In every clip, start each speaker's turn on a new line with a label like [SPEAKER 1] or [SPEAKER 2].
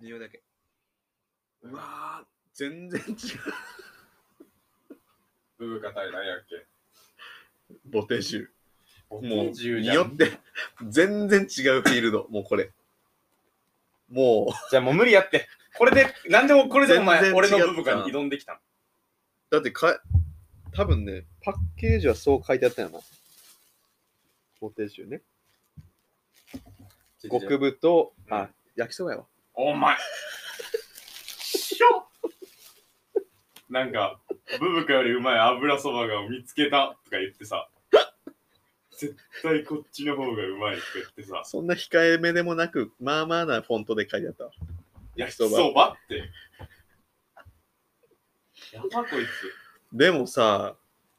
[SPEAKER 1] 匂いだけ。うわー、全然違う。
[SPEAKER 2] ブブカ対何やっけ
[SPEAKER 1] ボテジュ。もう、
[SPEAKER 2] 20
[SPEAKER 1] に
[SPEAKER 2] じゃ
[SPEAKER 1] よ
[SPEAKER 2] ん
[SPEAKER 1] って、全然違うフィールド、もうこれ。もう、
[SPEAKER 2] じゃあもう無理やって。これで、何でもこれでお
[SPEAKER 1] 全
[SPEAKER 2] 前、
[SPEAKER 1] 然
[SPEAKER 2] 俺の
[SPEAKER 1] 違った
[SPEAKER 2] ブブカに挑んできたの。
[SPEAKER 1] だってか、多分ね、パッケージはそう書いてあったよな。ボテジュね。極太、
[SPEAKER 2] うん
[SPEAKER 1] あ、焼きそばやわ。
[SPEAKER 2] お前。しょなんか、ブブカよりうまい油そばが見つけたとか言ってさ、絶対こっちの方がうまいとか言ってさ、
[SPEAKER 1] そんな控えめでもなく、まあまあなフォントで書いてあったわ。
[SPEAKER 2] 焼きそばって。やばこい
[SPEAKER 1] でもさ、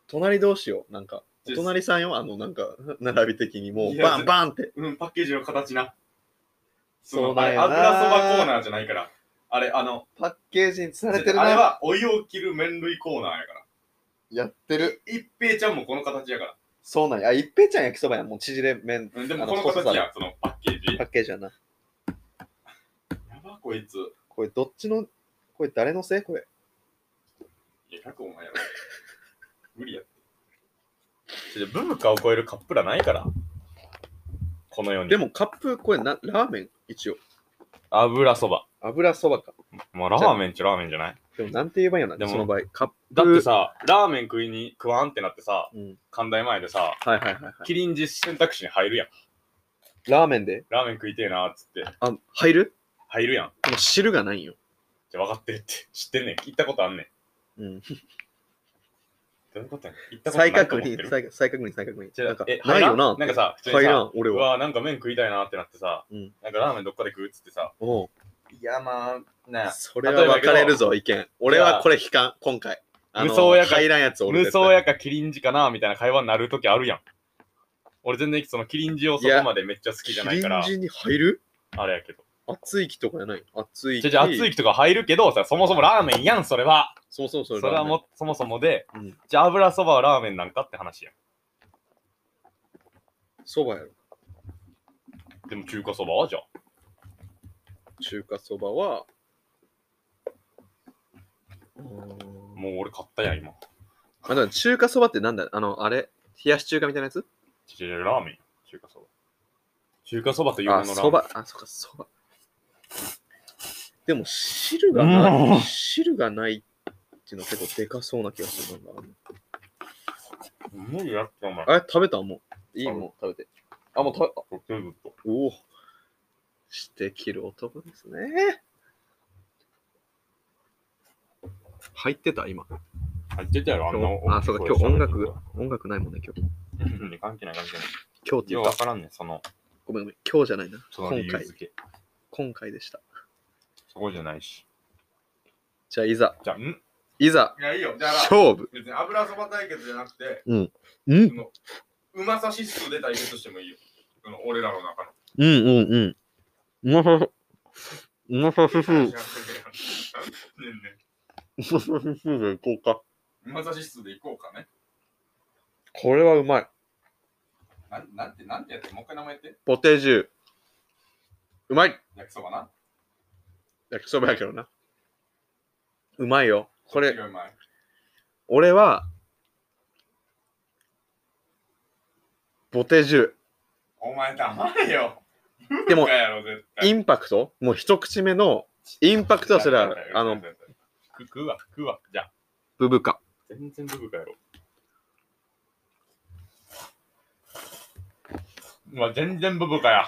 [SPEAKER 1] 隣同士よ、なんか。
[SPEAKER 2] つ。
[SPEAKER 1] お隣さんよ、あの、なんか、並び的にも、
[SPEAKER 2] いうや
[SPEAKER 1] バンバンって。
[SPEAKER 2] うん、パッケージの形な。そ
[SPEAKER 1] そう
[SPEAKER 2] のあ
[SPEAKER 1] だ
[SPEAKER 2] れ
[SPEAKER 1] よな
[SPEAKER 2] 油そばコーナーじゃないから。あれ、あの、
[SPEAKER 1] パッケージに
[SPEAKER 2] あ
[SPEAKER 1] 釣られて
[SPEAKER 2] れ
[SPEAKER 1] るな。
[SPEAKER 2] はお湯を切る麺類コーナーやから。
[SPEAKER 1] やってる。
[SPEAKER 2] 一平ちゃんもこの形やから。
[SPEAKER 1] そうなんや。あ、いっぺいちゃん焼きそばやん。もう縮れ麺、
[SPEAKER 2] うん、でも
[SPEAKER 1] あの
[SPEAKER 2] この形
[SPEAKER 1] 細
[SPEAKER 2] や、そのパッケージ。
[SPEAKER 1] パッケージやな。
[SPEAKER 2] やばこいつ。
[SPEAKER 1] これ、どっちの、これ、誰のせいこれ。
[SPEAKER 2] いや、100お前やろ。 無理やって。ちょブブカを超えるカップラないから。このよう
[SPEAKER 1] でも、カップ、これな、ラーメン一応。
[SPEAKER 2] 油そば。
[SPEAKER 1] 油そばか。
[SPEAKER 2] まあ、
[SPEAKER 1] ラー
[SPEAKER 2] メンっちゃラーメンじゃない
[SPEAKER 1] でも、なんて言えばいいのな、
[SPEAKER 2] でも
[SPEAKER 1] その場合。カップ。
[SPEAKER 2] だって、さ、ラーメン食いに食わんってなってさ、
[SPEAKER 1] うん。
[SPEAKER 2] 寛大前でさ、
[SPEAKER 1] はいはいはい、は
[SPEAKER 2] キリン実選択肢に入るやん。
[SPEAKER 1] い。ラーメンで
[SPEAKER 2] ラーメン食いてえなーっつって、
[SPEAKER 1] あ、入る
[SPEAKER 2] 入るやん。
[SPEAKER 1] でも、汁がないよ。
[SPEAKER 2] じゃ分かってるって。知ってんねん。行ったことあんねん。
[SPEAKER 1] うん。
[SPEAKER 2] どういうことやねん。行ったことな
[SPEAKER 1] 再
[SPEAKER 2] いと
[SPEAKER 1] 確
[SPEAKER 2] 思って
[SPEAKER 1] 認、
[SPEAKER 2] る。
[SPEAKER 1] 再再確認、再確認。
[SPEAKER 2] じゃあ
[SPEAKER 1] なんか
[SPEAKER 2] え、
[SPEAKER 1] ないよな。
[SPEAKER 2] なんかさ、普通
[SPEAKER 1] 入
[SPEAKER 2] に
[SPEAKER 1] ら
[SPEAKER 2] さ、
[SPEAKER 1] ん、俺
[SPEAKER 2] う
[SPEAKER 1] は。
[SPEAKER 2] わ、なんか麺食いたいなーってなってさ、
[SPEAKER 1] うん
[SPEAKER 2] なんかラーメンどっかで食うっつってさ、
[SPEAKER 1] おう
[SPEAKER 2] いや、まあ、ね
[SPEAKER 1] それは分かれるぞ、意見。俺はこれ悲観、今回。あの
[SPEAKER 2] 無双やから
[SPEAKER 1] 入らんやつ、俺
[SPEAKER 2] 無
[SPEAKER 1] 絶対。
[SPEAKER 2] 双やかキリンジかなみたいな会話になるときあるやん。俺全然そのキリンジをそこまでめっちゃ好きじゃないから
[SPEAKER 1] キ、リンジに入る
[SPEAKER 2] あれやけど。
[SPEAKER 1] 熱い気とかじゃない熱い
[SPEAKER 2] じ
[SPEAKER 1] 気。
[SPEAKER 2] ゃじゃ熱いとか入るけどさ、そもそもラーメンやん、それは。
[SPEAKER 1] そもそもそ
[SPEAKER 2] そ
[SPEAKER 1] れ
[SPEAKER 2] れはも、そもそもで、
[SPEAKER 1] うん
[SPEAKER 2] じゃあ油そばはラーメンなんかって話や
[SPEAKER 1] そばやろ。
[SPEAKER 2] ん。でも中華そばはじゃあ。
[SPEAKER 1] 中華そばは。
[SPEAKER 2] もう俺買ったやん、今。
[SPEAKER 1] あ、だから中華そばってなんだあの、あれ冷やし中華みたいなやつ
[SPEAKER 2] ちちラーメンやん、中華そば。中華そばというもの
[SPEAKER 1] あ、
[SPEAKER 2] のラーメン。
[SPEAKER 1] そば。あ、そっか、そば。でも、汁がな
[SPEAKER 2] うん
[SPEAKER 1] い。汁がないっていうのは結構でかそうな気がするんだ。
[SPEAKER 2] 無理やって、お前。
[SPEAKER 1] あれ食べたもう。いいもう食べて。あ、もう食べ、あ
[SPEAKER 2] こっちずっと。
[SPEAKER 1] おお。して切る男ですね。入ってた今。
[SPEAKER 2] 入ってたやろ、あんな
[SPEAKER 1] 今日あ、そうか、今日音楽、音楽ないもんね、今日。
[SPEAKER 2] うん関係ない関係ない。
[SPEAKER 1] 今日って言
[SPEAKER 2] よう
[SPEAKER 1] っ
[SPEAKER 2] わ
[SPEAKER 1] た。
[SPEAKER 2] からんねん、その、
[SPEAKER 1] ごめんごめん、今日じゃないな。
[SPEAKER 2] そ
[SPEAKER 1] 今
[SPEAKER 2] の理由
[SPEAKER 1] 回、
[SPEAKER 2] 付け。
[SPEAKER 1] 今回でした。
[SPEAKER 2] そこじゃないし。
[SPEAKER 1] じゃあ、いざ、
[SPEAKER 2] じゃあ、ん
[SPEAKER 1] いざ、
[SPEAKER 2] いや、いいよ。じゃあ、
[SPEAKER 1] 勝負。
[SPEAKER 2] 別に油そば対決じゃなくて、
[SPEAKER 1] う
[SPEAKER 2] そ
[SPEAKER 1] ん、
[SPEAKER 2] のうまさ指数で対決してもいいよ。その俺らの中の。
[SPEAKER 1] うん、うん、うん。うまさ、うまさ指数、
[SPEAKER 2] なん
[SPEAKER 1] う
[SPEAKER 2] でんね
[SPEAKER 1] まさ指数でいこうか。
[SPEAKER 2] んうまさ指数でいこうかね。
[SPEAKER 1] これはうまい。
[SPEAKER 2] なんなんて、なんてやって、もう一回名前言って。
[SPEAKER 1] ポテージュ。うまい
[SPEAKER 2] 焼きそばな。
[SPEAKER 1] 焼きそばやけどな。うまいよ。これ
[SPEAKER 2] そっち、がうまい
[SPEAKER 1] 俺は、ボテジュ。
[SPEAKER 2] お前黙れよ。
[SPEAKER 1] でも
[SPEAKER 2] バカ、やろ、絶対
[SPEAKER 1] インパクトもう一口目の、インパクトはそれは、あの、、
[SPEAKER 2] く食うわ、食うわ。じゃあ、
[SPEAKER 1] ブブカ。
[SPEAKER 2] 全然ブブカやろ。うわ、全然ブブカや。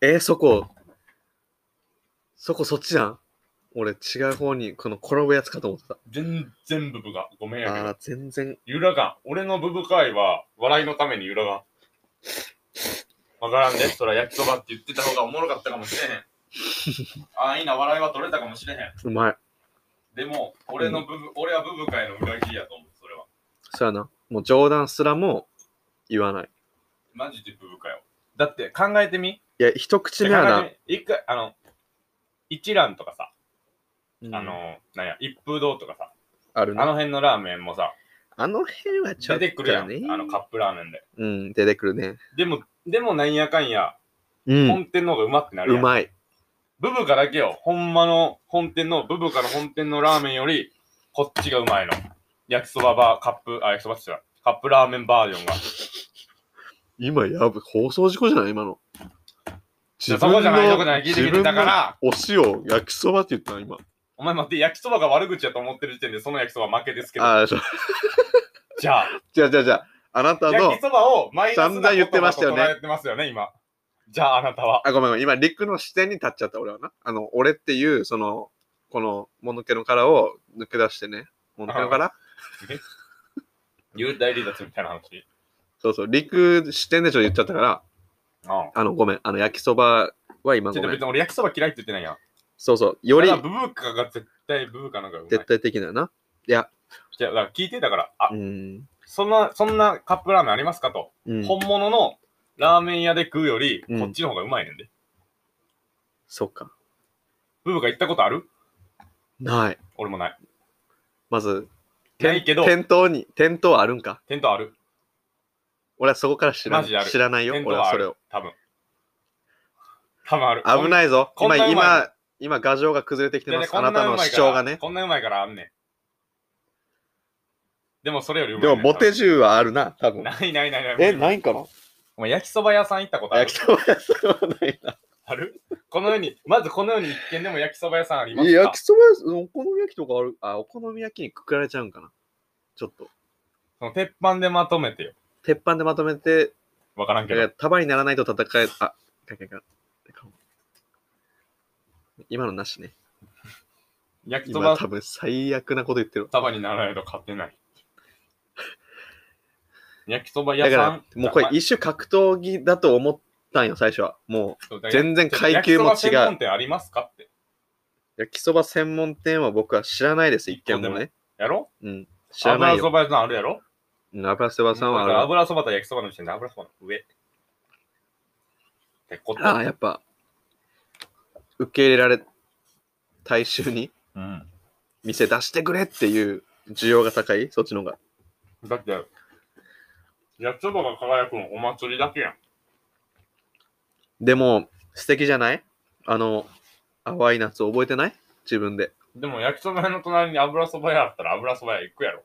[SPEAKER 1] えー、そこ、そこそっちじゃん俺違う方に、この転ぶやつかと思ってた。
[SPEAKER 2] 全然ブブカ。ごめんやけど
[SPEAKER 1] あ。ー、全然、
[SPEAKER 2] 揺らがん。俺のブブカイは笑いのために揺らがん。わからんで、そら焼きそばって言ってた方がおもろかったかもしれへ ん。ああ、いいな、笑いは取れたかもしれへん。
[SPEAKER 1] うまい。
[SPEAKER 2] でも、俺のブブ、俺はブブカイの裏切りやと思う、それは。
[SPEAKER 1] そうやな。もう冗談すらも言わない。
[SPEAKER 2] マジでブブカよ。だって考えてみ
[SPEAKER 1] いや、一口目は
[SPEAKER 2] 考
[SPEAKER 1] な
[SPEAKER 2] え、てみ一回、あの、一蘭とかさ、
[SPEAKER 1] うん
[SPEAKER 2] あの、なんや、一風堂とかさ、
[SPEAKER 1] ある
[SPEAKER 2] あ
[SPEAKER 1] な。
[SPEAKER 2] の辺のラーメンもさ、
[SPEAKER 1] あの辺はちょっ
[SPEAKER 2] 出
[SPEAKER 1] と
[SPEAKER 2] てくるやん、
[SPEAKER 1] ね。
[SPEAKER 2] あのカップラーメンで。
[SPEAKER 1] うん、出てくるね。
[SPEAKER 2] でも、でもなんやかんや、
[SPEAKER 1] うん、
[SPEAKER 2] 本店の方がうまくなる
[SPEAKER 1] う
[SPEAKER 2] やん。
[SPEAKER 1] まい。
[SPEAKER 2] ブブカだけよ。ほんまの本店の、ブブカの本店のラーメンより、こっちがうまいの。焼きそばバー、カップ、あ、焼きそばって言ってたカップラーメンバージョンが。
[SPEAKER 1] 今やばい。放送事故じゃない今の。
[SPEAKER 2] そこじゃない、そこじゃない、聞い
[SPEAKER 1] 自
[SPEAKER 2] てみて。
[SPEAKER 1] 分の
[SPEAKER 2] だから、
[SPEAKER 1] お塩、焼きそばって言ったの今。
[SPEAKER 2] お前待って、焼きそばが悪口やと思ってる時点で、その焼きそば負けですけど。
[SPEAKER 1] ああ、そう。
[SPEAKER 2] じゃあ、
[SPEAKER 1] じゃあじゃあじゃあ、あなた
[SPEAKER 2] 焼
[SPEAKER 1] の
[SPEAKER 2] き、そばをマイナスな
[SPEAKER 1] 散
[SPEAKER 2] 言
[SPEAKER 1] 々
[SPEAKER 2] 葉
[SPEAKER 1] 言ってましたよね
[SPEAKER 2] と捉えてますよね、今。じゃあ、あなたは。
[SPEAKER 1] あ、ごめんごめん。今、リックの視点に立っちゃった、俺はな。あの、俺っていう、その、この、もぬけの殻を抜け出してね。もぬけの殻
[SPEAKER 2] 幽体離脱みたいな話。
[SPEAKER 1] そうそう、リック視点でちょっと言っちゃったから、
[SPEAKER 2] う
[SPEAKER 1] あの、ごめん。あの、焼きそばは今
[SPEAKER 2] ん。ちょ
[SPEAKER 1] ご
[SPEAKER 2] っと
[SPEAKER 1] め
[SPEAKER 2] 別
[SPEAKER 1] ん。
[SPEAKER 2] に俺焼きそば嫌いって言ってないやん。
[SPEAKER 1] そうそう、より
[SPEAKER 2] だからブブカが絶対ブブカなんかうまい。
[SPEAKER 1] 絶対的なな。いや、
[SPEAKER 2] じゃあ、だから聞いてたから、あ
[SPEAKER 1] う、ん。
[SPEAKER 2] そんな、そんなカップラーメンありますかと。
[SPEAKER 1] うん、
[SPEAKER 2] 本物のラーメン屋で食うより、
[SPEAKER 1] うん
[SPEAKER 2] こっちの方がうまいねんで。
[SPEAKER 1] そうか。
[SPEAKER 2] ブブカ行ったことある
[SPEAKER 1] ない。
[SPEAKER 2] 俺もない。
[SPEAKER 1] まず、
[SPEAKER 2] ないけど、
[SPEAKER 1] 店頭に、店頭あるんか。
[SPEAKER 2] 店頭ある。
[SPEAKER 1] 俺はそこから知ら
[SPEAKER 2] マジであ
[SPEAKER 1] ない。
[SPEAKER 2] る
[SPEAKER 1] 知らないよ、
[SPEAKER 2] 店頭
[SPEAKER 1] 俺は
[SPEAKER 2] はあ
[SPEAKER 1] それを
[SPEAKER 2] る。。多分。多分ある。
[SPEAKER 1] 危ないぞ。
[SPEAKER 2] こん
[SPEAKER 1] 今、
[SPEAKER 2] こんなうまい
[SPEAKER 1] 今、今、牙城が崩れてき
[SPEAKER 2] い
[SPEAKER 1] て
[SPEAKER 2] や
[SPEAKER 1] ま
[SPEAKER 2] ね
[SPEAKER 1] す。
[SPEAKER 2] こ
[SPEAKER 1] あ
[SPEAKER 2] んな
[SPEAKER 1] なた
[SPEAKER 2] う
[SPEAKER 1] の
[SPEAKER 2] まい
[SPEAKER 1] 主
[SPEAKER 2] から
[SPEAKER 1] 張がね。
[SPEAKER 2] こんなうまいからあんねん。でもそれよりうまい
[SPEAKER 1] で
[SPEAKER 2] ね
[SPEAKER 1] も、
[SPEAKER 2] ん
[SPEAKER 1] ボテ銃はあるな、多分。
[SPEAKER 2] ないないないない。
[SPEAKER 1] え、ないんかな
[SPEAKER 2] お前焼きそば屋さん行ったことある
[SPEAKER 1] 焼きそば屋さんはないな。
[SPEAKER 2] あるこのように、まずこのように一軒でも焼きそば屋さんあります
[SPEAKER 1] いや
[SPEAKER 2] か
[SPEAKER 1] 焼きそば屋さん、お好み焼きとかある。あ、お好み焼きにくくられちゃうんかな。ちょっと。
[SPEAKER 2] その鉄板でまとめてよ。
[SPEAKER 1] 鉄板でまとめて、
[SPEAKER 2] わからんけ
[SPEAKER 1] い
[SPEAKER 2] ど
[SPEAKER 1] や。束にならないと戦え、あ、いかんいかんいかん今のなしね。
[SPEAKER 2] 焼きそ
[SPEAKER 1] 今
[SPEAKER 2] ば
[SPEAKER 1] 多分最悪なこと言ってるわ。
[SPEAKER 2] 束にならないと勝てない。焼きそば屋
[SPEAKER 1] だか
[SPEAKER 2] さ
[SPEAKER 1] ら
[SPEAKER 2] ん、。
[SPEAKER 1] もうこれ
[SPEAKER 2] まあ
[SPEAKER 1] 一種格闘技だと思ったんよ、最初は。も
[SPEAKER 2] そうだから
[SPEAKER 1] 全然階級も違う
[SPEAKER 2] 焼きそば専門店ありますかって。
[SPEAKER 1] う、焼きそば専門店は僕は知らないです、一軒もね。
[SPEAKER 2] やろ
[SPEAKER 1] うん。知らない
[SPEAKER 2] 油
[SPEAKER 1] よ。
[SPEAKER 2] そば屋さんあるやろ
[SPEAKER 1] うん油そばさんはあるわ
[SPEAKER 2] 油そばと焼きそばの店で油そばの上。ってこと。
[SPEAKER 1] ああ、やっぱ、受け入れられ、大衆に
[SPEAKER 2] うん。
[SPEAKER 1] 店出してくれっていう需要が高いそっちの方が。
[SPEAKER 2] だって、焼きそばが輝くのお祭りだけやん。
[SPEAKER 1] でも、素敵じゃないあの、淡い夏覚えてない自分で。
[SPEAKER 2] でも焼きそば屋の隣に油そば屋あったら油そば屋行くやろ。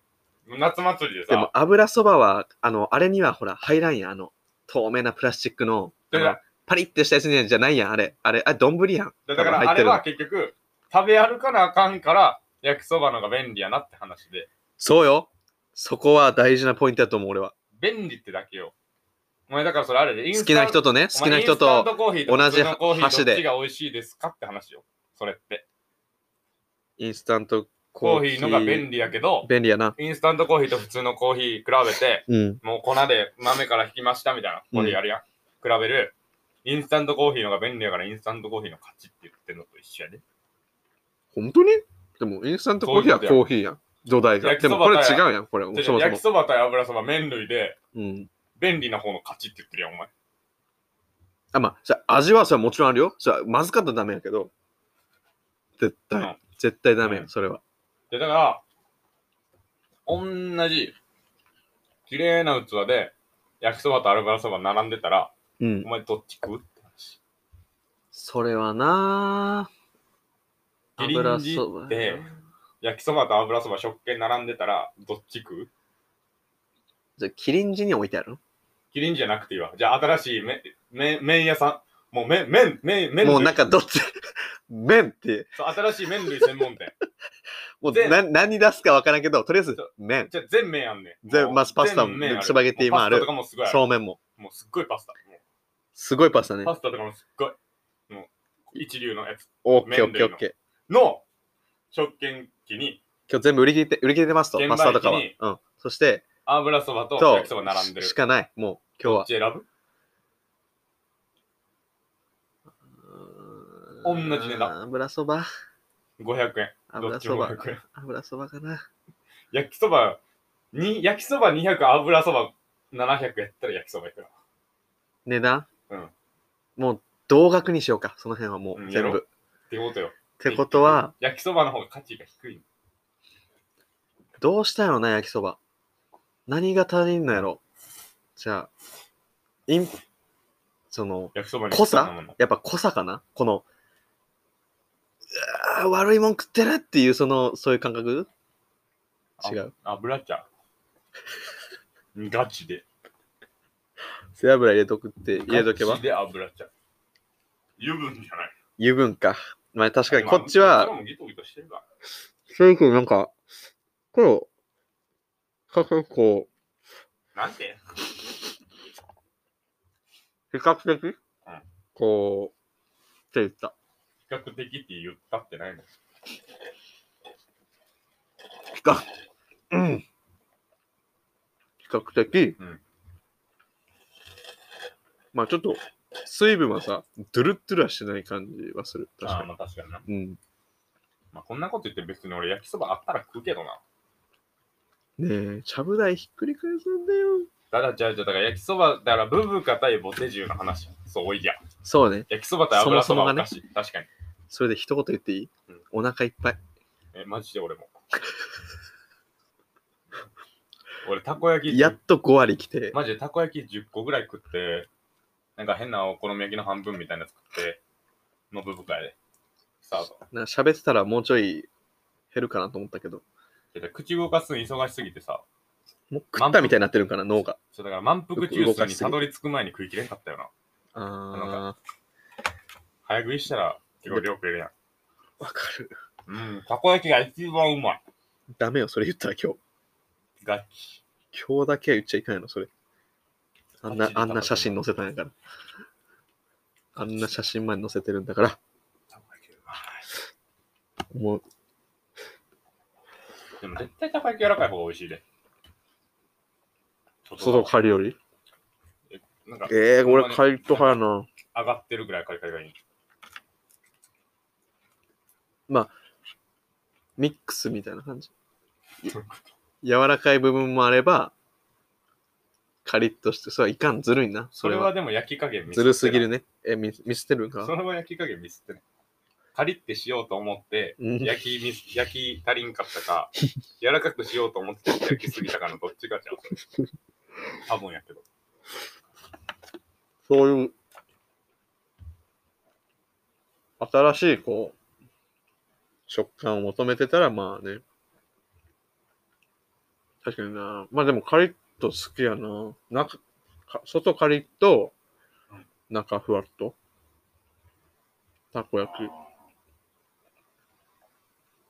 [SPEAKER 2] 夏祭りで
[SPEAKER 1] でも
[SPEAKER 2] さ、、
[SPEAKER 1] 油そばは、あの、あれにはほら、入らんやん。あの、透明なプラスチックの、あ
[SPEAKER 2] だか
[SPEAKER 1] の
[SPEAKER 2] ら
[SPEAKER 1] パリってしたやつじゃないやん。あれ、あれ、あ、丼やん。
[SPEAKER 2] だから
[SPEAKER 1] 多分入
[SPEAKER 2] あ
[SPEAKER 1] って
[SPEAKER 2] れ
[SPEAKER 1] る
[SPEAKER 2] は結局、食べ歩かなあかんから、焼きそばのが便利やなって話で、
[SPEAKER 1] そうよ。そこは大事なポイントだと思う、俺は。
[SPEAKER 2] 便利ってだけよ。お前だからそれあれで、イン
[SPEAKER 1] 好
[SPEAKER 2] ス
[SPEAKER 1] き
[SPEAKER 2] タ
[SPEAKER 1] な人とね、好きな人
[SPEAKER 2] お前インスタン
[SPEAKER 1] と、
[SPEAKER 2] トコーヒーと
[SPEAKER 1] 同
[SPEAKER 2] 同
[SPEAKER 1] じ
[SPEAKER 2] じコーヒ
[SPEAKER 1] 箸
[SPEAKER 2] ー
[SPEAKER 1] で
[SPEAKER 2] どっちが美味しいですかって話よ。それって。
[SPEAKER 1] インスタント
[SPEAKER 2] コーヒーのが便利やけど、
[SPEAKER 1] 便利やな。
[SPEAKER 2] インスタントコーヒーと普通のコーヒー比べて、
[SPEAKER 1] うん。
[SPEAKER 2] もう粉で豆から引きましたみたいな、これやるやん。比べる。インスタントコーヒーのが便利やからインスタントコーヒーの勝ちって言ってるのと一緒やで。
[SPEAKER 1] 本当にでもインスタントコーヒーはコーヒーやん。土台が。
[SPEAKER 2] 焼き
[SPEAKER 1] で
[SPEAKER 2] そば
[SPEAKER 1] もこれ
[SPEAKER 2] だ
[SPEAKER 1] 違
[SPEAKER 2] よ
[SPEAKER 1] うやん、これ。そも
[SPEAKER 2] で
[SPEAKER 1] そも。
[SPEAKER 2] 焼きそば対油そば麺類で
[SPEAKER 1] うん。
[SPEAKER 2] 便利な方の勝ちって言ってるやん、お前。
[SPEAKER 1] あ、まあ、それ味はそれはもちろんあるよ。それはまずかったらダメやけど。絶
[SPEAKER 2] う
[SPEAKER 1] 対
[SPEAKER 2] ん、
[SPEAKER 1] 絶対ダメや、
[SPEAKER 2] うんん
[SPEAKER 1] それは。
[SPEAKER 2] で、だから、同じ綺麗な器で焼きそばと油そば並んでたら、
[SPEAKER 1] うん
[SPEAKER 2] お。前どっち食うって話。
[SPEAKER 1] それはなぁ。
[SPEAKER 2] キリンジ
[SPEAKER 1] 油そば
[SPEAKER 2] っ。て焼きそばと油そば食券並んでたら、どっち食う
[SPEAKER 1] じゃあキリンジに置いてあるの
[SPEAKER 2] キリンじゃなくていいわ。じゃあ新しいめめ麺屋さん。もう麺、麺、麺、麺類
[SPEAKER 1] もうなんかどっち、 麺って、
[SPEAKER 2] そう新しい麺類専門店。
[SPEAKER 1] もう
[SPEAKER 2] 全
[SPEAKER 1] な何出すかわからんけど、とりあえず
[SPEAKER 2] そう
[SPEAKER 1] 麺。
[SPEAKER 2] じゃあ全麺あんねん。
[SPEAKER 1] 全
[SPEAKER 2] もう
[SPEAKER 1] まずパスタも
[SPEAKER 2] 全麺ある
[SPEAKER 1] スパゲティもある
[SPEAKER 2] パスタとかもすごいある。
[SPEAKER 1] そうめんも。
[SPEAKER 2] もうすっごいパスタ。も
[SPEAKER 1] すごいパスタ
[SPEAKER 2] う
[SPEAKER 1] ね。
[SPEAKER 2] パスタとかもすっごい。もう一流のやつ
[SPEAKER 1] オッケーオッ
[SPEAKER 2] 麺
[SPEAKER 1] ケー
[SPEAKER 2] 類
[SPEAKER 1] オ
[SPEAKER 2] の
[SPEAKER 1] ッケー。
[SPEAKER 2] の食券機に
[SPEAKER 1] 今日全部売り切れて、売り切れてますと、
[SPEAKER 2] 券売
[SPEAKER 1] パ
[SPEAKER 2] 機
[SPEAKER 1] スタとかは。
[SPEAKER 2] に
[SPEAKER 1] うん。そして、
[SPEAKER 2] 油そばと
[SPEAKER 1] と
[SPEAKER 2] 焼きそば並んでる。
[SPEAKER 1] しし
[SPEAKER 2] ど
[SPEAKER 1] かない、もう今日
[SPEAKER 2] っ
[SPEAKER 1] は
[SPEAKER 2] ち。選ぶ同じ値段
[SPEAKER 1] うーん油そば、
[SPEAKER 2] ?500 円。ど
[SPEAKER 1] 油
[SPEAKER 2] っち
[SPEAKER 1] そ
[SPEAKER 2] も
[SPEAKER 1] ば、
[SPEAKER 2] 500円。
[SPEAKER 1] 油そばかな。
[SPEAKER 2] 焼きそば、に焼きそば200、油そば700やったら焼きそばいくら。
[SPEAKER 1] 値段
[SPEAKER 2] うん
[SPEAKER 1] もう同額にしようか、その辺はも
[SPEAKER 2] う
[SPEAKER 1] うん全
[SPEAKER 2] やろ
[SPEAKER 1] 部。っ
[SPEAKER 2] ってことよ。って
[SPEAKER 1] ことは、、
[SPEAKER 2] 焼きそばの方が価値が低い。
[SPEAKER 1] どうしたんやろな、焼きそば。何が足りんのやろ。じゃあ、イン、その、
[SPEAKER 2] 焼きそばに
[SPEAKER 1] 濃
[SPEAKER 2] そんな
[SPEAKER 1] さ
[SPEAKER 2] もの
[SPEAKER 1] やっぱ濃さかなこの、あー悪いもん食ってるっていう、その、そういう感覚違う。
[SPEAKER 2] 油茶。 ガチで。
[SPEAKER 1] 背脂入れとくって、入れとけ
[SPEAKER 2] ガ
[SPEAKER 1] ば
[SPEAKER 2] チで油茶。油分じゃない。
[SPEAKER 1] 油分か。まあ確かに
[SPEAKER 2] まあ
[SPEAKER 1] こっちは
[SPEAKER 2] こ、っちもギトギトしてるから
[SPEAKER 1] そういうふうになんか、これを、かくこう、
[SPEAKER 2] なんて
[SPEAKER 1] 比較的、こう、って言った。
[SPEAKER 2] 比較的って言ったってないの。
[SPEAKER 1] 比較、うん。比較的、
[SPEAKER 2] うん
[SPEAKER 1] まあちょっと、水分はさ、ドゥルッドゥルはしてない感じはする。確
[SPEAKER 2] あ
[SPEAKER 1] か
[SPEAKER 2] あ、まあ確かにな。
[SPEAKER 1] に。うん。
[SPEAKER 2] まあこんなこと言って別に俺焼きそばあったら食うけどな。
[SPEAKER 1] ねえ、ちゃぶ台ひっくり返すんだよ。
[SPEAKER 2] ただじゃあじゃあだから焼きそば、だからブブカ対ボテジュの話。そう、おいや。
[SPEAKER 1] そうね。
[SPEAKER 2] 焼きそば対油
[SPEAKER 1] そ
[SPEAKER 2] そば
[SPEAKER 1] もそもが
[SPEAKER 2] お
[SPEAKER 1] ね
[SPEAKER 2] かしい。確かに。
[SPEAKER 1] それで一言言っていい、お腹いっぱい。
[SPEAKER 2] え、マジで俺も。 俺、たこ焼き、
[SPEAKER 1] やっと5割来て、
[SPEAKER 2] マジでたこ焼き10個ぐらい食って、なんか変なお好み焼きの半分みたいなやつ食って、のブブカやで。スタート。
[SPEAKER 1] な喋ってたらもうちょい減るかなと思ったけど、
[SPEAKER 2] で口動かすの忙しすぎてさ、
[SPEAKER 1] もう食ったみたいになってるんかな、脳が。
[SPEAKER 2] そうだから満腹中枢にたどり着く前に食いきれんかったよな。
[SPEAKER 1] あ
[SPEAKER 2] 早食いしたら結構量食えるやん。
[SPEAKER 1] ー、わかる。
[SPEAKER 2] うん、たこ焼きが一番うまい。
[SPEAKER 1] ダメよ、それ言ったら今日。
[SPEAKER 2] ガチ。
[SPEAKER 1] 今日だけは言っちゃいかんやろ、それ。あん
[SPEAKER 2] ガ
[SPEAKER 1] な
[SPEAKER 2] チ、で
[SPEAKER 1] あんな写真載せたんやから。あんな写真まで載せてるんだから、
[SPEAKER 2] たこ焼きうま
[SPEAKER 1] もう、
[SPEAKER 2] いでも絶対たこ焼き柔らかい方が美味しいで。
[SPEAKER 1] 外帰りより。
[SPEAKER 2] なんか
[SPEAKER 1] ええー、俺
[SPEAKER 2] ほんまに
[SPEAKER 1] 帰りと早いな。
[SPEAKER 2] 上がってるぐらいカリカリがいい。
[SPEAKER 1] ミックスみたいな感じ。
[SPEAKER 2] どういうこ
[SPEAKER 1] 柔らかい部分もあれば、カリッとして、それはいかん、ずるいな。そ
[SPEAKER 2] そ
[SPEAKER 1] れ
[SPEAKER 2] れは
[SPEAKER 1] は。
[SPEAKER 2] でも焼き加減ミス
[SPEAKER 1] ず
[SPEAKER 2] ってない
[SPEAKER 1] るすぎる。ね。え、ミスミスってるん
[SPEAKER 2] そ
[SPEAKER 1] か
[SPEAKER 2] れは焼き加減ミスってない。カリってしようと思って、
[SPEAKER 1] うん。
[SPEAKER 2] 焼きミス 焼き足りんかったか、柔らかくしようと思って焼きすぎたかのどっちかじゃん。それ多分やけど。
[SPEAKER 1] そういう、新しい、こう、食感を求めてたら、まあね。確かにな。まあでも、カリッと好きやな。中、か外カリッと
[SPEAKER 2] うん、
[SPEAKER 1] 中ふわっと。たこ焼き。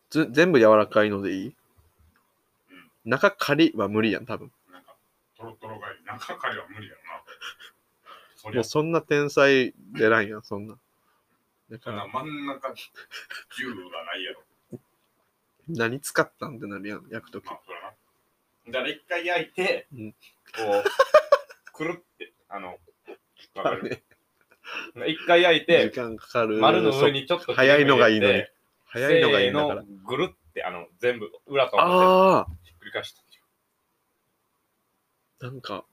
[SPEAKER 1] ず全部柔らかいのでいい中カリは無理やん、多分。
[SPEAKER 2] なんか、トロトロがいい。中カリは無理やろな。そり
[SPEAKER 1] も
[SPEAKER 2] ゃ
[SPEAKER 1] うそんな天才出ないやん、そんな。だ
[SPEAKER 2] そ
[SPEAKER 1] か
[SPEAKER 2] んな
[SPEAKER 1] ら、
[SPEAKER 2] 真ん中、銃がないやろ。
[SPEAKER 1] 何使ったんってなるやん、焼くとき
[SPEAKER 2] ま。あ、そらな。だから一回焼いて、
[SPEAKER 1] うん
[SPEAKER 2] こう、 くるって、あの、わかる。一回焼い
[SPEAKER 1] 時
[SPEAKER 2] て、
[SPEAKER 1] 間かかる。
[SPEAKER 2] 丸の上にちょっと
[SPEAKER 1] そう早いのがいいのに
[SPEAKER 2] 切れ目入れて。
[SPEAKER 1] 早いのがいいんだか
[SPEAKER 2] せ
[SPEAKER 1] ら
[SPEAKER 2] ー。のぐるって、あの、全部、裏と表
[SPEAKER 1] あ
[SPEAKER 2] ひっくり返したんですよ。
[SPEAKER 1] あ、なんか、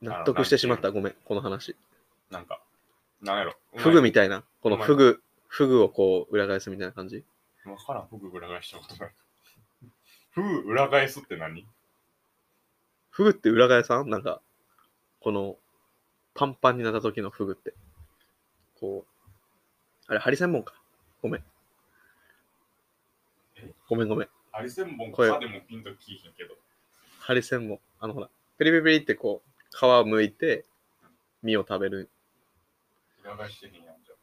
[SPEAKER 1] 納得してしまった。ごめん、この話。
[SPEAKER 2] なんか、なんやろ。
[SPEAKER 1] フグ
[SPEAKER 2] み
[SPEAKER 1] みたいな、このフグ、フグをこう裏返すみたいな感じ。
[SPEAKER 2] わからん、フグ裏返したことない。フグ裏返すって何
[SPEAKER 1] フグって裏返さんなんか、この、パンパンになった時のフグって。こう、あれ、ハリセンボンか。ごめん
[SPEAKER 2] え。
[SPEAKER 1] ごめんごめん。
[SPEAKER 2] アリセンボン
[SPEAKER 1] これ
[SPEAKER 2] かでもピンと聞いひんけど。
[SPEAKER 1] ハリセンボン。あのほら、ペリペリペリってこう、皮を剥いて、身を食べる
[SPEAKER 2] 裏返してへんやんじゃ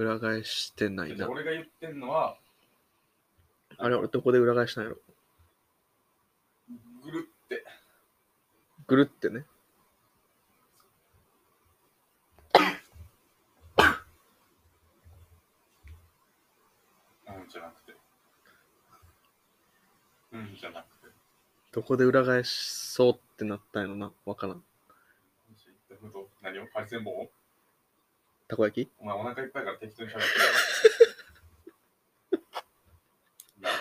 [SPEAKER 2] ん
[SPEAKER 1] 裏返してな
[SPEAKER 2] だっ
[SPEAKER 1] い
[SPEAKER 2] て
[SPEAKER 1] な。
[SPEAKER 2] 俺が言ってんのは、
[SPEAKER 1] あれ、俺どこで裏返したんやろ。
[SPEAKER 2] ぐるって、
[SPEAKER 1] ぐるってね。
[SPEAKER 2] うんじゃなくて。うんじゃなくて。
[SPEAKER 1] どこで裏返しそうってなったんやろな。わからん。
[SPEAKER 2] 何をハリセンボンを
[SPEAKER 1] たこ焼き
[SPEAKER 2] お前お腹いっぱいから適当に喋ってるやろなあ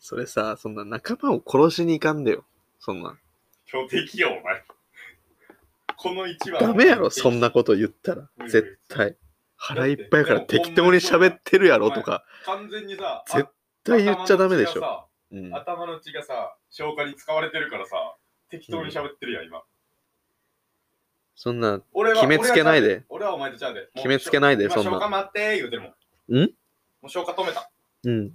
[SPEAKER 1] それさ、そんな仲間を殺しに行かんでよ。そんな。
[SPEAKER 2] 標的よ、お前。この一番。
[SPEAKER 1] ダメやろ、そんなこと言ったら
[SPEAKER 2] う。ん
[SPEAKER 1] 絶対。腹いっぱいやから適当に喋ってるやろとか、
[SPEAKER 2] 完全にさ、
[SPEAKER 1] 絶対言っちゃダメでしょ。
[SPEAKER 2] ょ。
[SPEAKER 1] うん。
[SPEAKER 2] 頭の血がさ、消化に使われてるからさ、適当に喋ってるやん、今。
[SPEAKER 1] そんな、
[SPEAKER 2] 俺は
[SPEAKER 1] 決めつけないで
[SPEAKER 2] 俺は俺はお前とちゃうで。もう
[SPEAKER 1] 決めつけないで
[SPEAKER 2] 今
[SPEAKER 1] そんな
[SPEAKER 2] 消化待ってー言うてるもん。
[SPEAKER 1] ん
[SPEAKER 2] もう消化止めた。
[SPEAKER 1] うん。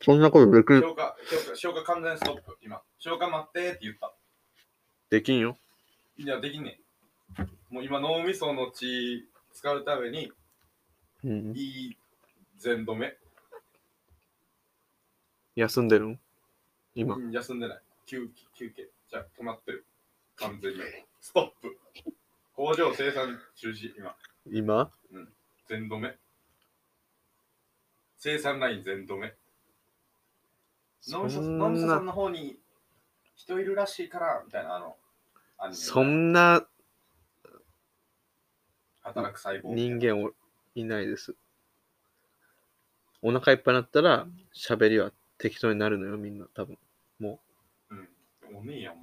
[SPEAKER 1] そんなことできん、
[SPEAKER 2] 消化、消化、消化完全ストップ。今。消化待ってーって言った。
[SPEAKER 1] できんよ。
[SPEAKER 2] いや、できんねん。もう今脳みその血使うために、
[SPEAKER 1] うん。
[SPEAKER 2] いい全止め。
[SPEAKER 1] 休んでるん今
[SPEAKER 2] う。ん休んでない。休休憩。じゃあ止まってる。完全に。ストップ。工場生産中止、今。
[SPEAKER 1] 今
[SPEAKER 2] 全止め。生産ライン全止め。
[SPEAKER 1] そ
[SPEAKER 2] ノムソ
[SPEAKER 1] ん
[SPEAKER 2] ノムソさん
[SPEAKER 1] な、
[SPEAKER 2] の方に人いるらしいから、みたいな、あの、アニメ
[SPEAKER 1] そんな
[SPEAKER 2] 働く細胞。
[SPEAKER 1] 人間おいないです。お腹いっぱいになったら、喋りは適当になるのよ、みんな、多分。
[SPEAKER 2] うん。おねえやん、も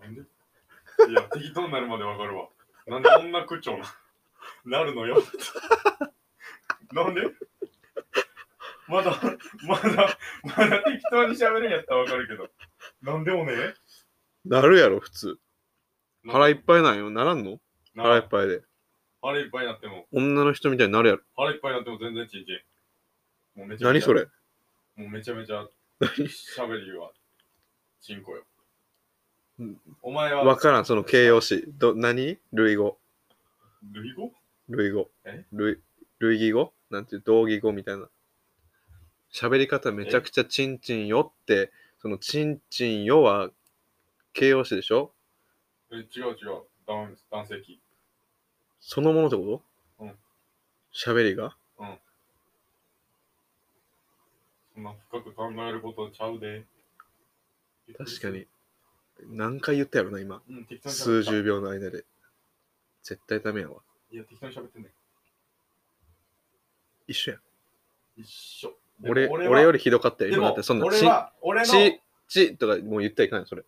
[SPEAKER 2] う。なんで いや、適当になるまでわかるわ。なんでこんな口調ななるのよ。 なんでまだ、まだ、まだ適当に喋るんやったらわかるけど。なんでおねえ
[SPEAKER 1] なるやろ、普通。腹いっ
[SPEAKER 2] な
[SPEAKER 1] ぱいなんよ。ならんの腹いっぱいで。
[SPEAKER 2] 腹いっぱいになっても、
[SPEAKER 1] 女の人みたいになるやろ。
[SPEAKER 2] 腹いっぱいになっても全然ちんちん。もうめちゃめ
[SPEAKER 1] 何
[SPEAKER 2] ちゃ
[SPEAKER 1] それ
[SPEAKER 2] もうめちゃめちゃ喋りは、チンコよ
[SPEAKER 1] うん。
[SPEAKER 2] お前は、
[SPEAKER 1] わからん、その形容詞。ど、何類語。
[SPEAKER 2] 類語
[SPEAKER 1] 類語
[SPEAKER 2] え。
[SPEAKER 1] 類、類義語なんていう、同義語みたいな。喋り方めちゃくちゃチンチンよって、そのチンチンよは形容詞でしょ
[SPEAKER 2] え、違う違う。男男性器。
[SPEAKER 1] そのものってこと
[SPEAKER 2] うん。
[SPEAKER 1] 喋りが
[SPEAKER 2] そんな深く考えることちゃうで。
[SPEAKER 1] 確か。に。何回言ったやろな、今。
[SPEAKER 2] うん、適当に喋
[SPEAKER 1] 数
[SPEAKER 2] った
[SPEAKER 1] 十秒の間で。絶対ダメやわ。
[SPEAKER 2] いや、適当に喋ってんね
[SPEAKER 1] 一緒やん。
[SPEAKER 2] 一緒。
[SPEAKER 1] 俺、
[SPEAKER 2] でも
[SPEAKER 1] 俺
[SPEAKER 2] は
[SPEAKER 1] よりひどかったよ。
[SPEAKER 2] で
[SPEAKER 1] 今だっ
[SPEAKER 2] も
[SPEAKER 1] て、そんな、
[SPEAKER 2] 俺
[SPEAKER 1] チン、
[SPEAKER 2] は、俺の、
[SPEAKER 1] チ、チとかもう言ったらいかんよ、それ。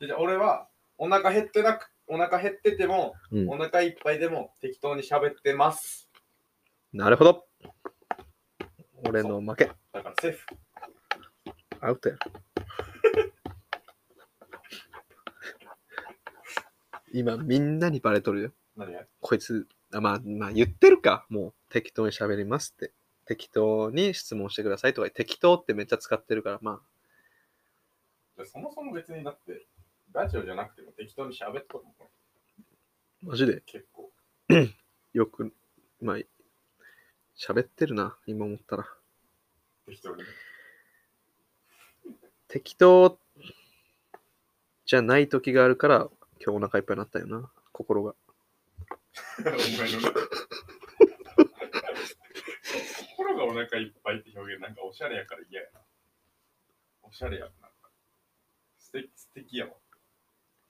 [SPEAKER 2] じゃあ俺は、お腹減ってなく、お腹減ってても、
[SPEAKER 1] うん
[SPEAKER 2] お腹いっぱいでも適当に喋ってます。
[SPEAKER 1] なるほど。俺の負け。
[SPEAKER 2] だからセーフ。
[SPEAKER 1] アウトや。 今みんなにバレとるよ。
[SPEAKER 2] 何や
[SPEAKER 1] こいつ、あまあ、まあ言ってるか。もう適当に喋りますって。適当に質問してくださいとか、適当ってめっちゃ使ってるから、まあ、
[SPEAKER 2] でそもそも別にだって、ラジオじゃなくても適当に喋っとるもん、これ
[SPEAKER 1] マジで
[SPEAKER 2] 結構。
[SPEAKER 1] よく、まあ、喋ってるな、今思ったら。
[SPEAKER 2] 適当に。
[SPEAKER 1] 適当じゃない時があるから、今日お腹いっぱいになったよな、心が。
[SPEAKER 2] お前のね心がお腹いっぱいって表現なんかおしゃれやから嫌やな。おしゃれやな。なんか素敵素敵やわ。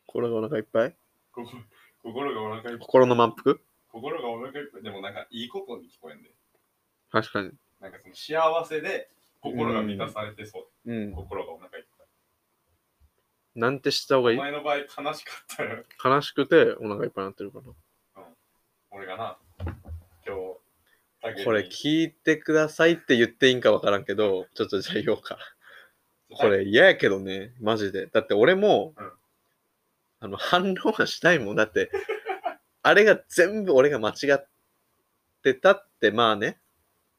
[SPEAKER 1] 心がお腹いっぱい
[SPEAKER 2] ここ心がお腹いっぱい。
[SPEAKER 1] 心の満腹
[SPEAKER 2] 心がお腹いっぱい。でもなんかいいことに聞こえんで、
[SPEAKER 1] 確かに。
[SPEAKER 2] なんかその幸せで心が満たされてそう。
[SPEAKER 1] うん。
[SPEAKER 2] 心がお腹いっぱい。
[SPEAKER 1] なんてした方がい
[SPEAKER 2] お
[SPEAKER 1] い
[SPEAKER 2] 前の場合悲しかったよ。
[SPEAKER 1] 悲しくてお腹いっぱいになってるから。
[SPEAKER 2] 俺がな、今日タケに、
[SPEAKER 1] これ聞いてくださいって言っていいんかわからんけど、ちょっとじゃあ言おうか。これ嫌やけどね、マジで。だって俺も、
[SPEAKER 2] うん
[SPEAKER 1] あの、反論はしたいもん。だ って、あれが全部俺が間違ってたって、まあね。